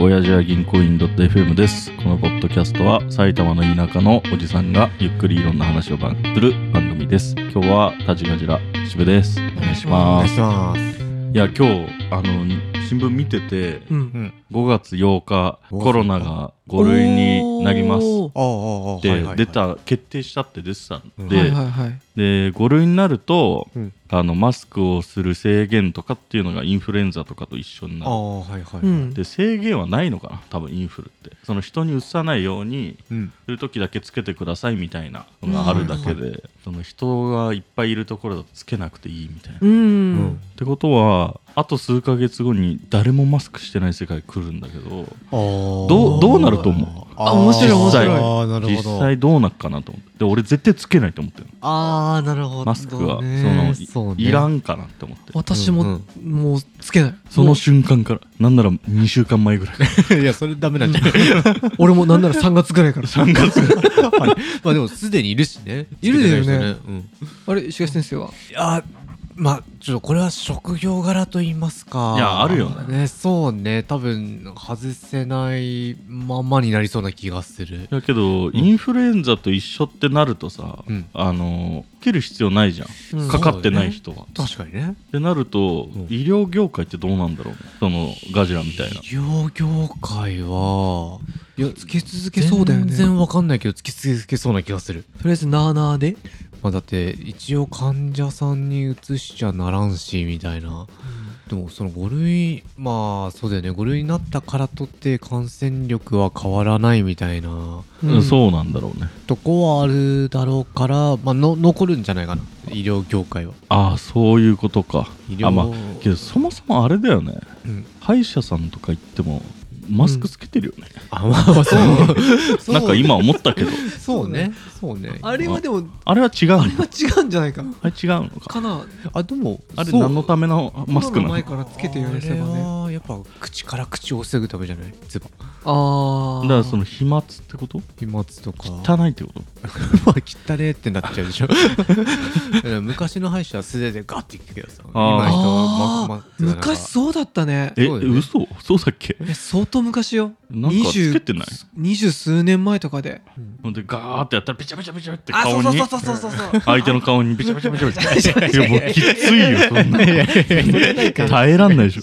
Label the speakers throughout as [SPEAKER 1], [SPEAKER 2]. [SPEAKER 1] 親父は銀行員 .fm です。このポッドキャストは埼玉の田舎のおじさんがゆっくりいろんな話をばんする番組です。今日はタジガジラ渋です。お願いし
[SPEAKER 2] お願
[SPEAKER 1] ま
[SPEAKER 2] い
[SPEAKER 1] す。
[SPEAKER 2] します。
[SPEAKER 1] いや今日あの新聞見てて
[SPEAKER 3] うん
[SPEAKER 2] うん。
[SPEAKER 1] 5月8日
[SPEAKER 2] 5月8日
[SPEAKER 1] コロナが5類になります
[SPEAKER 3] おー
[SPEAKER 2] ああああああ。はいはいは
[SPEAKER 1] で
[SPEAKER 2] い
[SPEAKER 1] 出。た決定したって出てたん
[SPEAKER 2] うん
[SPEAKER 3] は
[SPEAKER 1] で
[SPEAKER 3] いはいはい。
[SPEAKER 1] で5類になると、
[SPEAKER 2] うん
[SPEAKER 1] あのマスクをする制限とかっていうのがインフルエンザとかと一緒にな
[SPEAKER 2] あ
[SPEAKER 1] る
[SPEAKER 2] あはいはい。
[SPEAKER 3] う
[SPEAKER 2] うん。
[SPEAKER 3] ん。
[SPEAKER 1] で制限はないのかな多分インフルってその人にうつさないようにする時だけつけてくださいみたいなのがあるだけで、その人がいっぱいいるところだとつけなくていいみたいな、
[SPEAKER 3] う
[SPEAKER 1] っ
[SPEAKER 3] ん。
[SPEAKER 1] てことはあと数ヶ月後に誰もマスクしてない世界来るんだけど
[SPEAKER 2] ああ。
[SPEAKER 1] どうどうなると思う
[SPEAKER 2] あー
[SPEAKER 3] 面白い面
[SPEAKER 1] 白い
[SPEAKER 2] ああなる
[SPEAKER 1] 実
[SPEAKER 2] ほど。
[SPEAKER 1] 際どうなっかなと思ってで俺絶対つけないと思ってる
[SPEAKER 2] ああなるほどね。
[SPEAKER 1] マスクは、そのい
[SPEAKER 2] そうね
[SPEAKER 1] いら。んかなって思って
[SPEAKER 3] 私も、もうつけない。
[SPEAKER 1] そ
[SPEAKER 3] も
[SPEAKER 1] の
[SPEAKER 3] う
[SPEAKER 1] 瞬間からなんなら2週間前ぐ らい
[SPEAKER 2] いやそれダメなんじゃ ない。
[SPEAKER 3] 俺もなんなら3月ぐらいから。
[SPEAKER 1] 3月ぐらい
[SPEAKER 2] はいまあでもすでにいるしね。
[SPEAKER 3] いるよね
[SPEAKER 2] つけてない人。うん。
[SPEAKER 3] あれ、石垣先生は。
[SPEAKER 2] いやまあちょっとこれは職業柄と言いますか
[SPEAKER 1] いやあるよね
[SPEAKER 2] そうね多分外せないまんまになりそうな気がする
[SPEAKER 1] だけど、インフルエンザと一緒ってなるとさ、
[SPEAKER 2] うん
[SPEAKER 1] あの切る必要ないじゃん、
[SPEAKER 3] うん
[SPEAKER 1] かかってない人は、
[SPEAKER 2] 確かにね
[SPEAKER 1] ってなると、
[SPEAKER 2] うん
[SPEAKER 1] 医療業界ってどうなんだろうねそのガジラみたいな
[SPEAKER 2] 医療業界はい
[SPEAKER 3] や、つけ続けそうだよね。
[SPEAKER 2] 全
[SPEAKER 3] と
[SPEAKER 2] 然わかんないけど突きつけそうな気がする、
[SPEAKER 3] りあえず、なーなーで。
[SPEAKER 2] まあ、だって一応患者さんに移しちゃならんしみたいなでもその5類まあそうだよね5類になったからとって感染力は変わらないみたいな
[SPEAKER 1] うん
[SPEAKER 3] う
[SPEAKER 1] そうなんだろうね
[SPEAKER 2] とこはあるだろうから、まあ、の残るんじゃないかな医療業界は
[SPEAKER 1] ああそういうことか
[SPEAKER 2] 医
[SPEAKER 1] あ
[SPEAKER 2] 療
[SPEAKER 1] まあけどそもそもあれだよね
[SPEAKER 2] うん
[SPEAKER 1] 歯医者さんとか行ってもマスクつけてるよね、
[SPEAKER 2] あまあ そうそう
[SPEAKER 1] なんか今思ったけ ど
[SPEAKER 2] そうねそうね
[SPEAKER 3] あれはでも、
[SPEAKER 1] あれは違うの
[SPEAKER 3] 今違うんじゃないか。
[SPEAKER 1] あれ違うのか
[SPEAKER 3] かな、
[SPEAKER 2] あでも
[SPEAKER 1] あれ
[SPEAKER 2] そう
[SPEAKER 1] 何のためのマスク
[SPEAKER 3] コロ
[SPEAKER 1] な
[SPEAKER 3] ナ
[SPEAKER 1] の
[SPEAKER 3] 前からつけてやらせば
[SPEAKER 2] あれ
[SPEAKER 3] ね。
[SPEAKER 2] はやっぱ口から口を防ぐためじゃない唾
[SPEAKER 3] ああ。
[SPEAKER 1] だからその飛沫ってこと
[SPEAKER 2] 飛沫とか
[SPEAKER 1] 汚いってこと
[SPEAKER 2] まあ汚ねえってなっちゃうでしょだから昔の歯医者は素手でガッていくけどさ今
[SPEAKER 1] あー
[SPEAKER 2] の人はま
[SPEAKER 3] あ
[SPEAKER 2] ま
[SPEAKER 3] ー昔そうだったね。
[SPEAKER 1] え
[SPEAKER 2] そうだよね
[SPEAKER 1] 嘘そうだっけ
[SPEAKER 3] え相当昔よ。
[SPEAKER 1] なんかつけてない
[SPEAKER 3] 二十数年前とかで。
[SPEAKER 1] ほんでガーってやったらペチャペチャペチャって
[SPEAKER 3] あ、そ
[SPEAKER 1] 顔
[SPEAKER 3] うそう
[SPEAKER 1] に
[SPEAKER 3] そうそうそうそう。
[SPEAKER 1] 相手の顔にペチャペチャペチャペチャ
[SPEAKER 3] い
[SPEAKER 1] いやもうきついよそんなの耐えらんないでしょ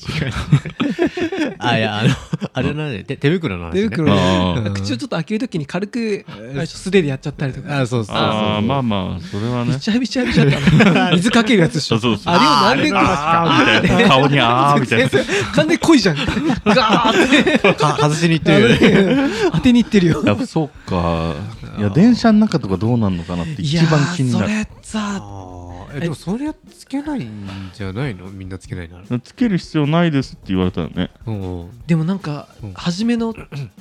[SPEAKER 2] あいやあのあれなんで手手袋の話、ね、
[SPEAKER 3] 手袋
[SPEAKER 1] あ
[SPEAKER 2] う
[SPEAKER 1] ー
[SPEAKER 2] ん
[SPEAKER 3] 口をちょっと開けるときに軽く最初素手でやっちゃったりとか
[SPEAKER 2] あそうそうそう
[SPEAKER 1] あーまあまあそれは
[SPEAKER 3] び
[SPEAKER 1] ね
[SPEAKER 3] ちゃびちゃびち ゃったの水かけるやつでし
[SPEAKER 1] そ
[SPEAKER 3] ょ
[SPEAKER 1] うそうそう
[SPEAKER 3] あれを何年か
[SPEAKER 1] あーみたい な顔にあーみたいな
[SPEAKER 3] 完全に濃いじゃんガーって
[SPEAKER 2] か外しに行ってるよね
[SPEAKER 3] 当てにいってるよ
[SPEAKER 1] やっぱそうかいや電車の中とかどうなんのかなって一番気にないる
[SPEAKER 3] やーそれさ
[SPEAKER 2] あーえでもそれはつけないんじゃないのみんなつけないなら
[SPEAKER 1] つける必要ないですって言われたよね
[SPEAKER 2] うんうん
[SPEAKER 3] でもなんか
[SPEAKER 2] うん
[SPEAKER 3] 初めの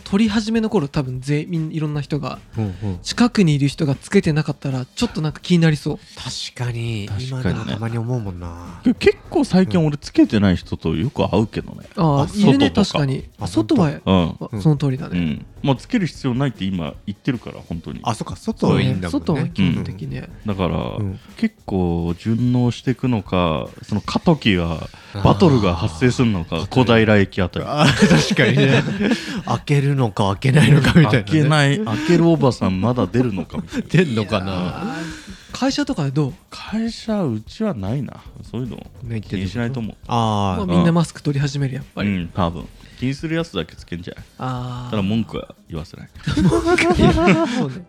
[SPEAKER 3] 取り始めの頃多分全員いろんな人が
[SPEAKER 2] うん
[SPEAKER 3] 近くにいる人がつけてなかったらちょっとなんか気になりそう
[SPEAKER 2] 確かに
[SPEAKER 1] 確かにね
[SPEAKER 2] 今ならたまに思うもんな
[SPEAKER 1] 結構最近俺つけてない人とよく会うけどね
[SPEAKER 3] ああ
[SPEAKER 1] あ
[SPEAKER 3] いるね
[SPEAKER 1] 外とか
[SPEAKER 3] 確かに
[SPEAKER 2] あ
[SPEAKER 3] 外は
[SPEAKER 1] うん
[SPEAKER 3] あ
[SPEAKER 2] うん
[SPEAKER 3] その通りだ
[SPEAKER 1] う
[SPEAKER 3] ね
[SPEAKER 1] んまあつける必要ないって今言ってるから本当に
[SPEAKER 2] あそっか外
[SPEAKER 3] そう
[SPEAKER 2] はいい
[SPEAKER 3] ね
[SPEAKER 2] んだもんね
[SPEAKER 3] 外は基本的ね
[SPEAKER 1] だから、
[SPEAKER 2] うん
[SPEAKER 1] 結構順応していくのかその過渡期がバトルが発生するのか小平駅あたり
[SPEAKER 2] あー確かにね開けるのか開けないのかみたいなね、
[SPEAKER 1] 開けない開けるおばさんまだ出るのかみたいな
[SPEAKER 2] 出んのかな
[SPEAKER 3] あー会社とかでどう
[SPEAKER 1] 会社うちはないなそういうの
[SPEAKER 2] ないって
[SPEAKER 1] 気にしないと思う
[SPEAKER 3] まあ
[SPEAKER 2] あー
[SPEAKER 3] みんなマスク取り始めるやっぱ
[SPEAKER 1] う
[SPEAKER 3] り
[SPEAKER 1] ん多分気にするやつだけつけんじゃない
[SPEAKER 3] ああ
[SPEAKER 1] ただ文句は言わせない、
[SPEAKER 3] そうね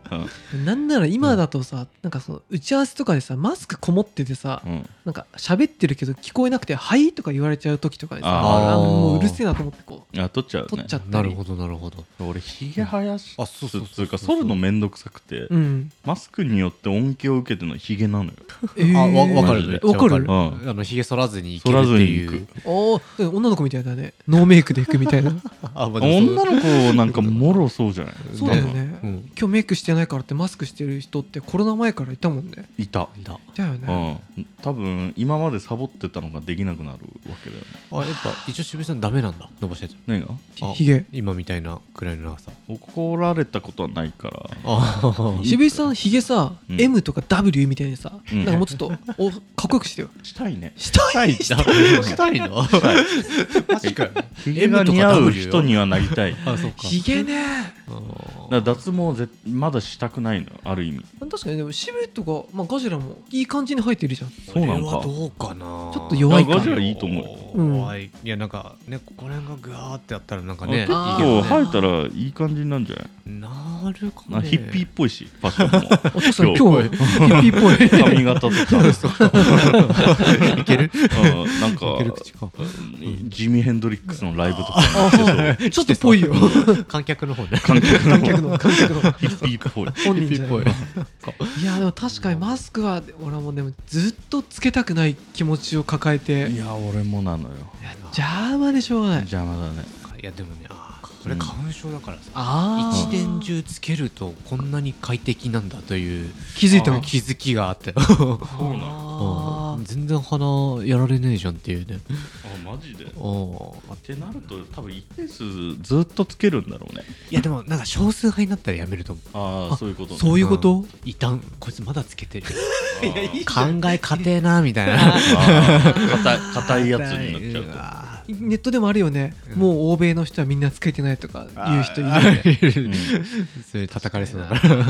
[SPEAKER 1] うん
[SPEAKER 3] なんなら今だとさなんかその打ち合わせとかでさマスクこもっててさ
[SPEAKER 1] うん、
[SPEAKER 3] なんか喋ってるけど聞こえなくて「はい」とか言われちゃう時とかでさ
[SPEAKER 1] あ
[SPEAKER 2] ー
[SPEAKER 3] あーもううるせえなと思ってこ
[SPEAKER 1] あ取っちゃう
[SPEAKER 3] う
[SPEAKER 1] ね
[SPEAKER 3] 取っちゃったり
[SPEAKER 2] なるほどなるほど
[SPEAKER 1] 俺ひげ生やす
[SPEAKER 2] あそうそうそ
[SPEAKER 1] つう
[SPEAKER 2] う
[SPEAKER 1] か剃るのめんどくさくて、
[SPEAKER 3] うん
[SPEAKER 1] マスクによって恩恵を受けてるのはひげなのよ
[SPEAKER 3] えー
[SPEAKER 2] あわわか
[SPEAKER 1] マジで
[SPEAKER 2] るめっちゃわ
[SPEAKER 3] わかる
[SPEAKER 1] うん
[SPEAKER 2] あのひげ剃らずにいけ
[SPEAKER 1] 剃
[SPEAKER 2] る
[SPEAKER 1] ら
[SPEAKER 2] って
[SPEAKER 1] ずに
[SPEAKER 2] い
[SPEAKER 1] 行く
[SPEAKER 2] う
[SPEAKER 3] おー女の子みたいだね ノーメイクで行くみたいな
[SPEAKER 2] あ、まあでもそ
[SPEAKER 1] 女
[SPEAKER 2] う
[SPEAKER 1] の子なんかもろそうじゃない
[SPEAKER 3] そうだよね
[SPEAKER 2] うん
[SPEAKER 3] 今日メイクしてないからってマスクしてる人ってコロナ前からいたもんね
[SPEAKER 1] いた
[SPEAKER 2] いた
[SPEAKER 3] だよね
[SPEAKER 1] うん、多分今までサボってたのができなくなるわけだよね
[SPEAKER 2] あやっぱ一応渋井さんダメなんだ伸ばしてて
[SPEAKER 1] 何が
[SPEAKER 2] あ
[SPEAKER 3] ひげ
[SPEAKER 2] 今みたいなくらいの長さ
[SPEAKER 1] 怒られたことはないから
[SPEAKER 2] あ あ
[SPEAKER 3] 渋井さんひげさ、
[SPEAKER 1] うん
[SPEAKER 3] M とか W みたいにさ、
[SPEAKER 1] うん
[SPEAKER 3] なんかもうちょっとおかっこよくしてよ
[SPEAKER 1] したいね
[SPEAKER 3] したい
[SPEAKER 2] したしたい のマジかよ
[SPEAKER 1] ひ げが似合う人にはなり たいだか
[SPEAKER 2] あそうか
[SPEAKER 3] ひげね
[SPEAKER 1] ら脱毛ぜまだしたくないのある意味
[SPEAKER 3] 確かにでも渋井とか、まあ、ガジラもいい感じに生えてるじゃん
[SPEAKER 1] そうなの
[SPEAKER 2] こ
[SPEAKER 1] か
[SPEAKER 2] れはどうかな
[SPEAKER 3] ちょっと弱いか
[SPEAKER 1] いやガジラいいと思うよ
[SPEAKER 3] うん
[SPEAKER 2] 弱いいやなんかねここら辺がグワーってやったらなんか
[SPEAKER 1] あ
[SPEAKER 2] ね
[SPEAKER 1] 結
[SPEAKER 3] あ
[SPEAKER 1] 構
[SPEAKER 2] いいよ
[SPEAKER 1] 生
[SPEAKER 2] ね
[SPEAKER 1] えたらいい感じになるんじゃない
[SPEAKER 2] なるか
[SPEAKER 1] な
[SPEAKER 2] ね
[SPEAKER 1] ヒッピーっぽいしファッション も
[SPEAKER 3] お父さん今日
[SPEAKER 1] 今
[SPEAKER 3] 今日ヒッピーっぽい
[SPEAKER 1] 髪型とか、
[SPEAKER 2] いける
[SPEAKER 1] うん、なん
[SPEAKER 2] い
[SPEAKER 1] か
[SPEAKER 2] ける口か
[SPEAKER 1] ジミー・ヘンドリックスのライブとか
[SPEAKER 3] あ はいちょっとっぽいよ
[SPEAKER 2] 観客の方ね
[SPEAKER 1] 観客の
[SPEAKER 3] 観客の観客の
[SPEAKER 1] ヒッピーっぽい
[SPEAKER 3] 本人じゃない
[SPEAKER 2] い
[SPEAKER 3] いやでも確かにマスクは俺はもうでもずっとつけたくない気持ちを抱えて
[SPEAKER 1] いや俺もなのよ
[SPEAKER 3] 邪魔でしょうがない
[SPEAKER 1] 邪魔だね
[SPEAKER 2] いやでもねあーこれ花粉症だからさ
[SPEAKER 3] あー
[SPEAKER 2] 一年中つけるとこんなに快適なんだという
[SPEAKER 3] 気づいたの
[SPEAKER 2] 気づきがあって
[SPEAKER 1] そうなの
[SPEAKER 3] あー
[SPEAKER 2] 全然鼻やられねえじゃんっていうね
[SPEAKER 1] あマジでっ
[SPEAKER 2] うん
[SPEAKER 1] てなると多分一定数ずっとつけるんだろうね
[SPEAKER 2] いやでもなんか少数派になったらやめると思う
[SPEAKER 1] ああそういうことね
[SPEAKER 2] そういうこと異端こいつまだつけ てる
[SPEAKER 1] いやいい
[SPEAKER 2] 考え家庭なみたい な
[SPEAKER 1] 硬い硬いやつになっちゃう
[SPEAKER 2] ゃ
[SPEAKER 3] ネットでもあるよね
[SPEAKER 2] うん
[SPEAKER 3] もう欧米の人はみんなつけてないとか言う人いるよね
[SPEAKER 1] と、うん
[SPEAKER 2] う それ叩かれそうだから
[SPEAKER 3] い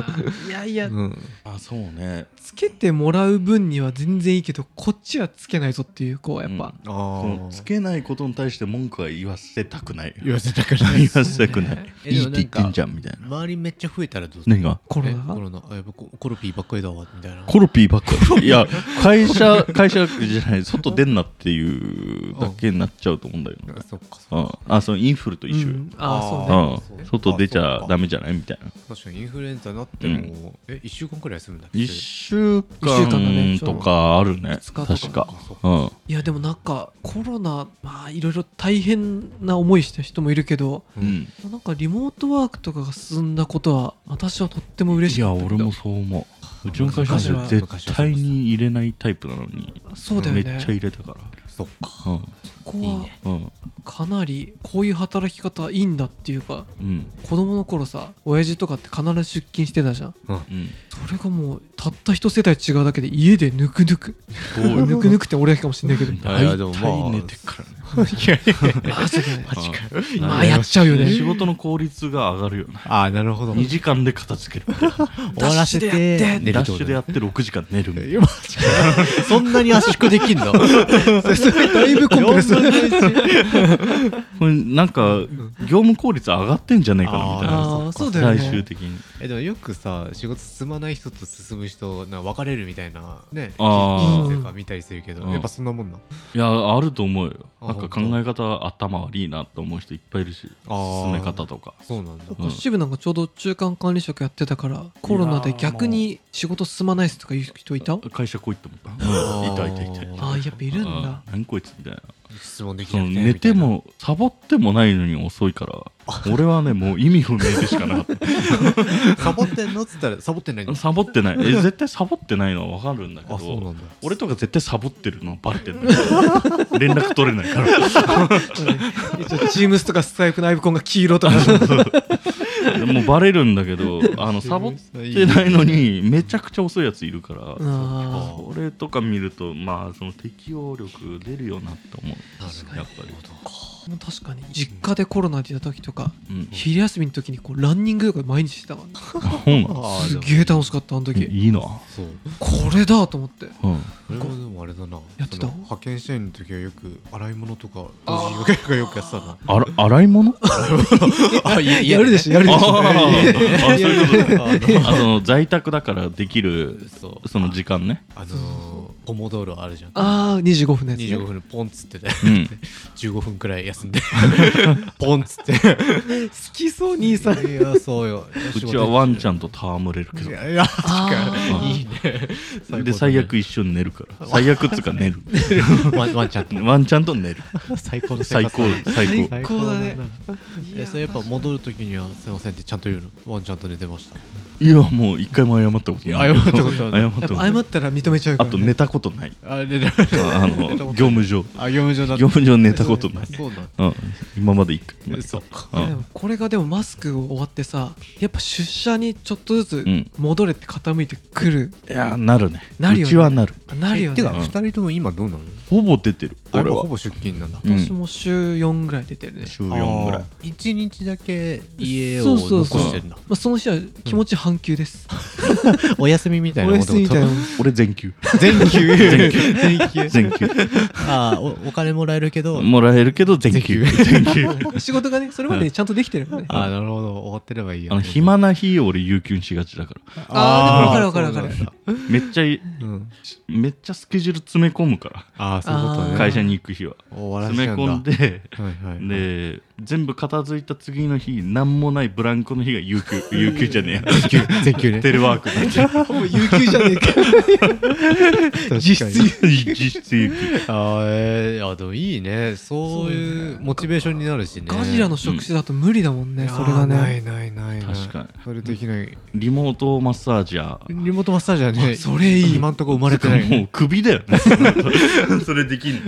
[SPEAKER 3] やいや
[SPEAKER 2] うん
[SPEAKER 1] あ そうね
[SPEAKER 3] つけてもらう分には全然いいけどこっちはつけないぞっていう子はやっぱ
[SPEAKER 2] あ
[SPEAKER 1] このつ
[SPEAKER 2] ー
[SPEAKER 1] けないことに対して文句は言わせたくない
[SPEAKER 2] 言わせたくない
[SPEAKER 1] 言わせたくない、
[SPEAKER 2] え
[SPEAKER 1] いい
[SPEAKER 2] で
[SPEAKER 1] って言
[SPEAKER 2] もなん
[SPEAKER 1] って
[SPEAKER 2] か
[SPEAKER 1] んじゃんみたいな
[SPEAKER 2] 周りめっちゃ増えたらどうする
[SPEAKER 1] 何が
[SPEAKER 3] コロ
[SPEAKER 2] えコ
[SPEAKER 3] ナ
[SPEAKER 2] ロナあやっぱココロピーばっかりだわみたいな
[SPEAKER 1] コロピーばっか りいや会社会社じゃない外出んなっていうだけになっちゃうと思うんだよね
[SPEAKER 2] そっかそっか
[SPEAKER 1] ああそのインフルと一緒よ、
[SPEAKER 3] うんあーそう
[SPEAKER 1] う
[SPEAKER 3] ね
[SPEAKER 1] ん外出ちゃダメじゃないみたいな
[SPEAKER 2] 確かにインフルエンザになっても、え1週間くらい休むんだっけ
[SPEAKER 1] 1週
[SPEAKER 3] 一週間だね
[SPEAKER 1] 間とかあるね
[SPEAKER 3] 二日とか
[SPEAKER 1] 確か
[SPEAKER 2] そっ
[SPEAKER 1] う
[SPEAKER 2] か
[SPEAKER 1] ん
[SPEAKER 3] いやでもなんかコロナまあいろいろ大変な思いした人もいるけど
[SPEAKER 1] う
[SPEAKER 2] うんん、
[SPEAKER 3] なんかリモートワークとかが進んだことは私はとっても嬉し
[SPEAKER 1] い
[SPEAKER 3] い
[SPEAKER 1] や俺もそう思ううちの会社の
[SPEAKER 3] 昔
[SPEAKER 1] 人
[SPEAKER 3] は
[SPEAKER 1] 絶対に入れないタイプなのに
[SPEAKER 3] そうだよね
[SPEAKER 1] めっちゃ入れたか
[SPEAKER 2] そっから
[SPEAKER 3] ここ
[SPEAKER 2] いい
[SPEAKER 3] は
[SPEAKER 2] ね
[SPEAKER 1] うんうん
[SPEAKER 3] かなりこういう働き方いいんだっていうか
[SPEAKER 1] うん
[SPEAKER 3] 子供の頃さ親父とかって必ず出勤してたじゃん
[SPEAKER 1] うん
[SPEAKER 3] それがもうたった一世代違うだけで家でぬくぬく
[SPEAKER 1] すごい
[SPEAKER 3] ぬくぬくって俺だけかもしんない けど
[SPEAKER 2] いやでもまあ
[SPEAKER 1] 大体寝てっからね
[SPEAKER 2] いやいやいや
[SPEAKER 3] あそうだよね
[SPEAKER 1] マジか
[SPEAKER 3] まあやっちゃうよね
[SPEAKER 1] 仕事の効率が上がるよね
[SPEAKER 2] ああなるほど
[SPEAKER 1] 2時間で片付 けるみたいな
[SPEAKER 2] 終わらせて
[SPEAKER 3] ダッシュでやって
[SPEAKER 2] 寝る
[SPEAKER 1] ダッ
[SPEAKER 2] って
[SPEAKER 1] シ
[SPEAKER 2] こ
[SPEAKER 1] ュ
[SPEAKER 2] と
[SPEAKER 1] でや
[SPEAKER 2] ね
[SPEAKER 1] って6時間寝るみたい
[SPEAKER 2] いやマジかそんなに圧縮できんのだいぶ
[SPEAKER 3] コンプレス
[SPEAKER 1] な これなんか業務効率上がってんじゃねえかなみたいな
[SPEAKER 3] ああそうだよ
[SPEAKER 1] 最終
[SPEAKER 3] ね
[SPEAKER 1] 的に
[SPEAKER 2] えでもよくさ仕事進まない人と進む人なんか別れるみたいなね
[SPEAKER 1] あ
[SPEAKER 3] ー
[SPEAKER 2] 記事とか見たりするけど、
[SPEAKER 1] うん
[SPEAKER 2] やっぱそんなもんない
[SPEAKER 1] やあると思うよ
[SPEAKER 2] あ
[SPEAKER 1] なんか考
[SPEAKER 2] 本当
[SPEAKER 1] え方頭悪いなと思う人いっぱいいるし
[SPEAKER 2] あー
[SPEAKER 1] 進め方とか
[SPEAKER 2] そうなんだ
[SPEAKER 3] そっか支部なんかちょうど中間管理職やってたからコロナで逆に仕事進まないっすとか言う人いた
[SPEAKER 1] 会社来いって思った
[SPEAKER 2] あー
[SPEAKER 1] いたいたいたいた
[SPEAKER 3] ああやっぱいるんだ
[SPEAKER 1] うん何こいつみたいな
[SPEAKER 2] 質問でき
[SPEAKER 1] そ
[SPEAKER 2] な
[SPEAKER 1] の
[SPEAKER 2] くて
[SPEAKER 1] 寝てもサボってもないのに遅いから俺はねもう意味不明でしかなかっ
[SPEAKER 2] みたいなサボってんのっつったらサボってないんだ
[SPEAKER 1] た サボってないえ絶対サボってないのは分かるんだけ
[SPEAKER 2] あそうな
[SPEAKER 1] ど
[SPEAKER 2] んだ
[SPEAKER 1] 俺とか絶対サボってるのはバレてる 連絡取れない から
[SPEAKER 3] チームスとかスタイプのアイコンが黄色とか
[SPEAKER 1] もうバレるんだけどあのサボってないのにめちゃくちゃ遅いやついるから
[SPEAKER 3] あ
[SPEAKER 1] これとか見るとまあその適応力出るよなと思うやっぱり、
[SPEAKER 3] ーもう確かに実家でコロナでいた時とか
[SPEAKER 1] うん、
[SPEAKER 3] 昼休みの時にこうランニングとか毎日してたからね
[SPEAKER 1] そうなの
[SPEAKER 2] あ
[SPEAKER 3] すげえ楽しかったあの時
[SPEAKER 1] いいな、
[SPEAKER 2] そう
[SPEAKER 3] これだと思って
[SPEAKER 1] うん、
[SPEAKER 2] 俺もでもあれだな
[SPEAKER 3] やってた
[SPEAKER 2] その派遣社員の時はよく洗い物とか同時とかよくやってたな
[SPEAKER 1] あら洗い物 あ
[SPEAKER 2] あいや
[SPEAKER 3] やるでしょやるでしょ
[SPEAKER 1] あそういうことだ
[SPEAKER 2] あの
[SPEAKER 1] あの在宅だからできる
[SPEAKER 2] そう
[SPEAKER 1] その時間ね、
[SPEAKER 2] あのーポモドーロあるじゃん
[SPEAKER 3] ああ25分のやつね
[SPEAKER 2] 25分ポンっつってて
[SPEAKER 1] うん、
[SPEAKER 2] 15分くらい休ん でポンっつって
[SPEAKER 3] 好きそう兄さん
[SPEAKER 2] いやそうよ
[SPEAKER 1] うちはワンちゃ
[SPEAKER 2] ん
[SPEAKER 1] んと戯れるけ
[SPEAKER 2] い
[SPEAKER 1] ど
[SPEAKER 2] やいや確か
[SPEAKER 3] あ
[SPEAKER 1] ー
[SPEAKER 2] にいいねだね
[SPEAKER 1] で最悪一緒に寝るから最悪っつうか寝る
[SPEAKER 2] ワンワンちゃんと
[SPEAKER 1] ワンちゃんと寝る
[SPEAKER 2] 最高の生
[SPEAKER 1] 最
[SPEAKER 2] 活
[SPEAKER 1] 高最高
[SPEAKER 3] 最高だねい
[SPEAKER 2] えそれやっぱ戻る時にはすいませんってちゃんと言うのワンちゃんと寝てました
[SPEAKER 1] いやもう一回も謝ったことない
[SPEAKER 2] 謝ったことない
[SPEAKER 1] 謝った
[SPEAKER 3] やっ
[SPEAKER 1] こと
[SPEAKER 3] ぱ
[SPEAKER 1] ない
[SPEAKER 3] 謝ったら認めちゃうか
[SPEAKER 1] あ
[SPEAKER 3] ら
[SPEAKER 1] と寝たことない
[SPEAKER 2] あれで
[SPEAKER 1] あの業務上
[SPEAKER 2] あ業務上だ
[SPEAKER 1] 業務上寝たことない
[SPEAKER 2] そうなん
[SPEAKER 1] うん今まで一回もない
[SPEAKER 2] 嘘か
[SPEAKER 1] うん
[SPEAKER 3] でもこれがでもマスクを終わってさやっぱ出社にちょっとずつ
[SPEAKER 1] うん
[SPEAKER 3] 戻れって傾いてくる、
[SPEAKER 1] いやなるね
[SPEAKER 3] なるよね
[SPEAKER 1] うちはなる
[SPEAKER 3] なるよ
[SPEAKER 2] て
[SPEAKER 3] ね
[SPEAKER 2] か
[SPEAKER 1] うん
[SPEAKER 2] 二人とも今どうなの
[SPEAKER 1] ほぼ出てる
[SPEAKER 2] あ
[SPEAKER 1] 俺
[SPEAKER 2] れ
[SPEAKER 1] は
[SPEAKER 2] ほぼ出勤なんだ
[SPEAKER 1] うん
[SPEAKER 3] 私も週4ぐらい出てるね、
[SPEAKER 1] 週4ぐらい
[SPEAKER 2] い1日だけ家
[SPEAKER 3] そ
[SPEAKER 2] を
[SPEAKER 3] うそう
[SPEAKER 2] 残
[SPEAKER 3] そう
[SPEAKER 2] してんだ
[SPEAKER 3] まあ、その日は気持ち半休です、
[SPEAKER 2] お休みみた い
[SPEAKER 3] お
[SPEAKER 2] なこと
[SPEAKER 3] 休みみたいな
[SPEAKER 1] 俺全休
[SPEAKER 2] 全休
[SPEAKER 1] 全休
[SPEAKER 2] 全休
[SPEAKER 1] 全休
[SPEAKER 2] ああおお金もらえるけど
[SPEAKER 1] もらえるけど全休全 休
[SPEAKER 3] 仕事がねそれまでにちゃんとできてるもんね
[SPEAKER 2] ああなるほど終わってればいいや
[SPEAKER 1] あの暇な日俺有給にしがちだから
[SPEAKER 3] あーでもわかるわかるわかる
[SPEAKER 2] そうなんだ
[SPEAKER 1] めっちゃい
[SPEAKER 2] うん
[SPEAKER 1] めっちゃスケジュール詰め込むから
[SPEAKER 2] ああそういうこと
[SPEAKER 3] あー
[SPEAKER 2] ね
[SPEAKER 1] 会社に行く日は
[SPEAKER 2] 終わらせ
[SPEAKER 1] 詰
[SPEAKER 2] ちゃ
[SPEAKER 1] め
[SPEAKER 2] うんだ
[SPEAKER 1] 込んで
[SPEAKER 2] はいはい
[SPEAKER 1] で全部片付いた次の日何もないブランコの日が有給有給じゃね
[SPEAKER 2] 全 休全休
[SPEAKER 1] えや
[SPEAKER 2] ね
[SPEAKER 1] テレワークに なっちゃう
[SPEAKER 3] もう有給じゃねえ か
[SPEAKER 2] 実質
[SPEAKER 1] 実質有給
[SPEAKER 2] あーえーいやでもいいねそういうモチベーションになるしね
[SPEAKER 3] ガジラの職種だと無理だもんね、
[SPEAKER 2] いやー
[SPEAKER 3] それが
[SPEAKER 2] ない
[SPEAKER 3] ね
[SPEAKER 2] ないないない
[SPEAKER 1] 確かに
[SPEAKER 2] それできない
[SPEAKER 1] リモートマッサージャー
[SPEAKER 2] リモートマッサージはね
[SPEAKER 3] あそれいい
[SPEAKER 2] 今んとこ生まれてない
[SPEAKER 1] もうクビだよね それできんの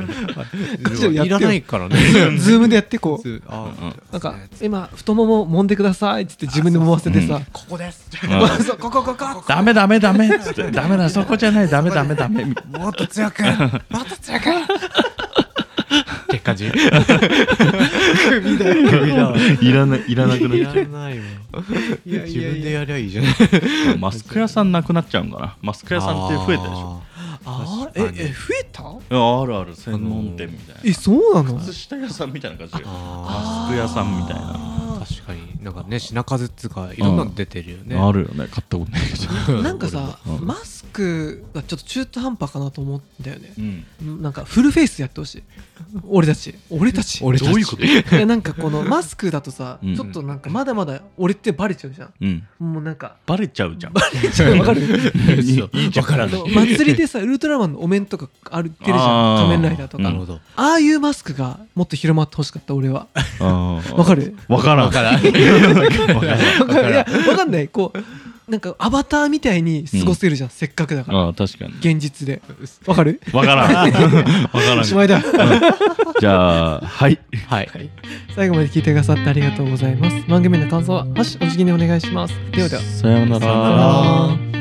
[SPEAKER 2] ガ
[SPEAKER 3] ジラやってよ
[SPEAKER 2] いらないからね
[SPEAKER 3] ズームでやってこう
[SPEAKER 2] 普通あー
[SPEAKER 1] うん
[SPEAKER 3] なんか今太もも揉んでくださいっつって自分で揉ませてさ、
[SPEAKER 2] ここです
[SPEAKER 1] うん
[SPEAKER 3] そうここここ
[SPEAKER 1] ダメダメダメっつってダメだそこじゃないダメダメダメみたいな
[SPEAKER 2] もっと強くもっと強くって感じ首だよ首だわ
[SPEAKER 1] いらないいらなく
[SPEAKER 2] い
[SPEAKER 1] なっ
[SPEAKER 2] ら
[SPEAKER 1] ちゃ
[SPEAKER 2] ないわ
[SPEAKER 3] いやいやいや
[SPEAKER 2] 自分でやりゃいいじゃん
[SPEAKER 1] うマスク屋さんなくなっちゃうからマスク屋さんって増えたでしょ
[SPEAKER 3] あ
[SPEAKER 2] 確
[SPEAKER 3] ー
[SPEAKER 2] かに
[SPEAKER 3] ええ増えた
[SPEAKER 1] いやあるある専門店みたいな
[SPEAKER 3] えそうなの
[SPEAKER 1] 靴下屋さんみたいな感じで
[SPEAKER 2] あ
[SPEAKER 1] マ
[SPEAKER 2] ー
[SPEAKER 1] スク屋さんみたいな
[SPEAKER 3] あ
[SPEAKER 2] 確かになんかね品数っつうかいろんなの出てるよね
[SPEAKER 1] あるよね買ったことないけど
[SPEAKER 3] ーなんかさマスクがちょっと中途半端かなと思うんだよね
[SPEAKER 1] うん
[SPEAKER 3] なんかフルフェイスやってほしい俺たち俺たち
[SPEAKER 2] 俺たち
[SPEAKER 1] どういうこと
[SPEAKER 3] いやなんかこのマスクだとさ
[SPEAKER 1] うん
[SPEAKER 3] ちょっとなんかまだまだ俺ってバレちゃうじゃん
[SPEAKER 1] うん
[SPEAKER 3] もうなんか
[SPEAKER 1] バレちゃうじゃん
[SPEAKER 3] わかる
[SPEAKER 1] いいいいじゃん
[SPEAKER 3] あの祭りでさウルトラマンのお面とか歩けるじゃ
[SPEAKER 1] あ
[SPEAKER 3] ん
[SPEAKER 1] ー
[SPEAKER 3] 仮面ライダーと
[SPEAKER 1] な
[SPEAKER 3] か
[SPEAKER 1] るほ
[SPEAKER 2] ど
[SPEAKER 3] ああいうマスクがもっと広まってほしかった俺は
[SPEAKER 1] あー
[SPEAKER 3] わかる
[SPEAKER 1] わからんわ
[SPEAKER 2] から
[SPEAKER 1] から
[SPEAKER 2] ん
[SPEAKER 1] ん
[SPEAKER 3] わかるいやわかんないこうなんかアバターみたいに過ごせるじゃん、せっかくだから
[SPEAKER 1] あー確かに
[SPEAKER 3] 現実でわかる
[SPEAKER 1] わからんわから
[SPEAKER 3] お
[SPEAKER 1] ん
[SPEAKER 3] しまいだ
[SPEAKER 1] じゃあはい
[SPEAKER 2] はい
[SPEAKER 3] 最後まで聞いてくださってありがとうございます番組の感想は「ハッシュお辞儀」でお願いしますではでは
[SPEAKER 1] さような
[SPEAKER 2] さようなら
[SPEAKER 1] ら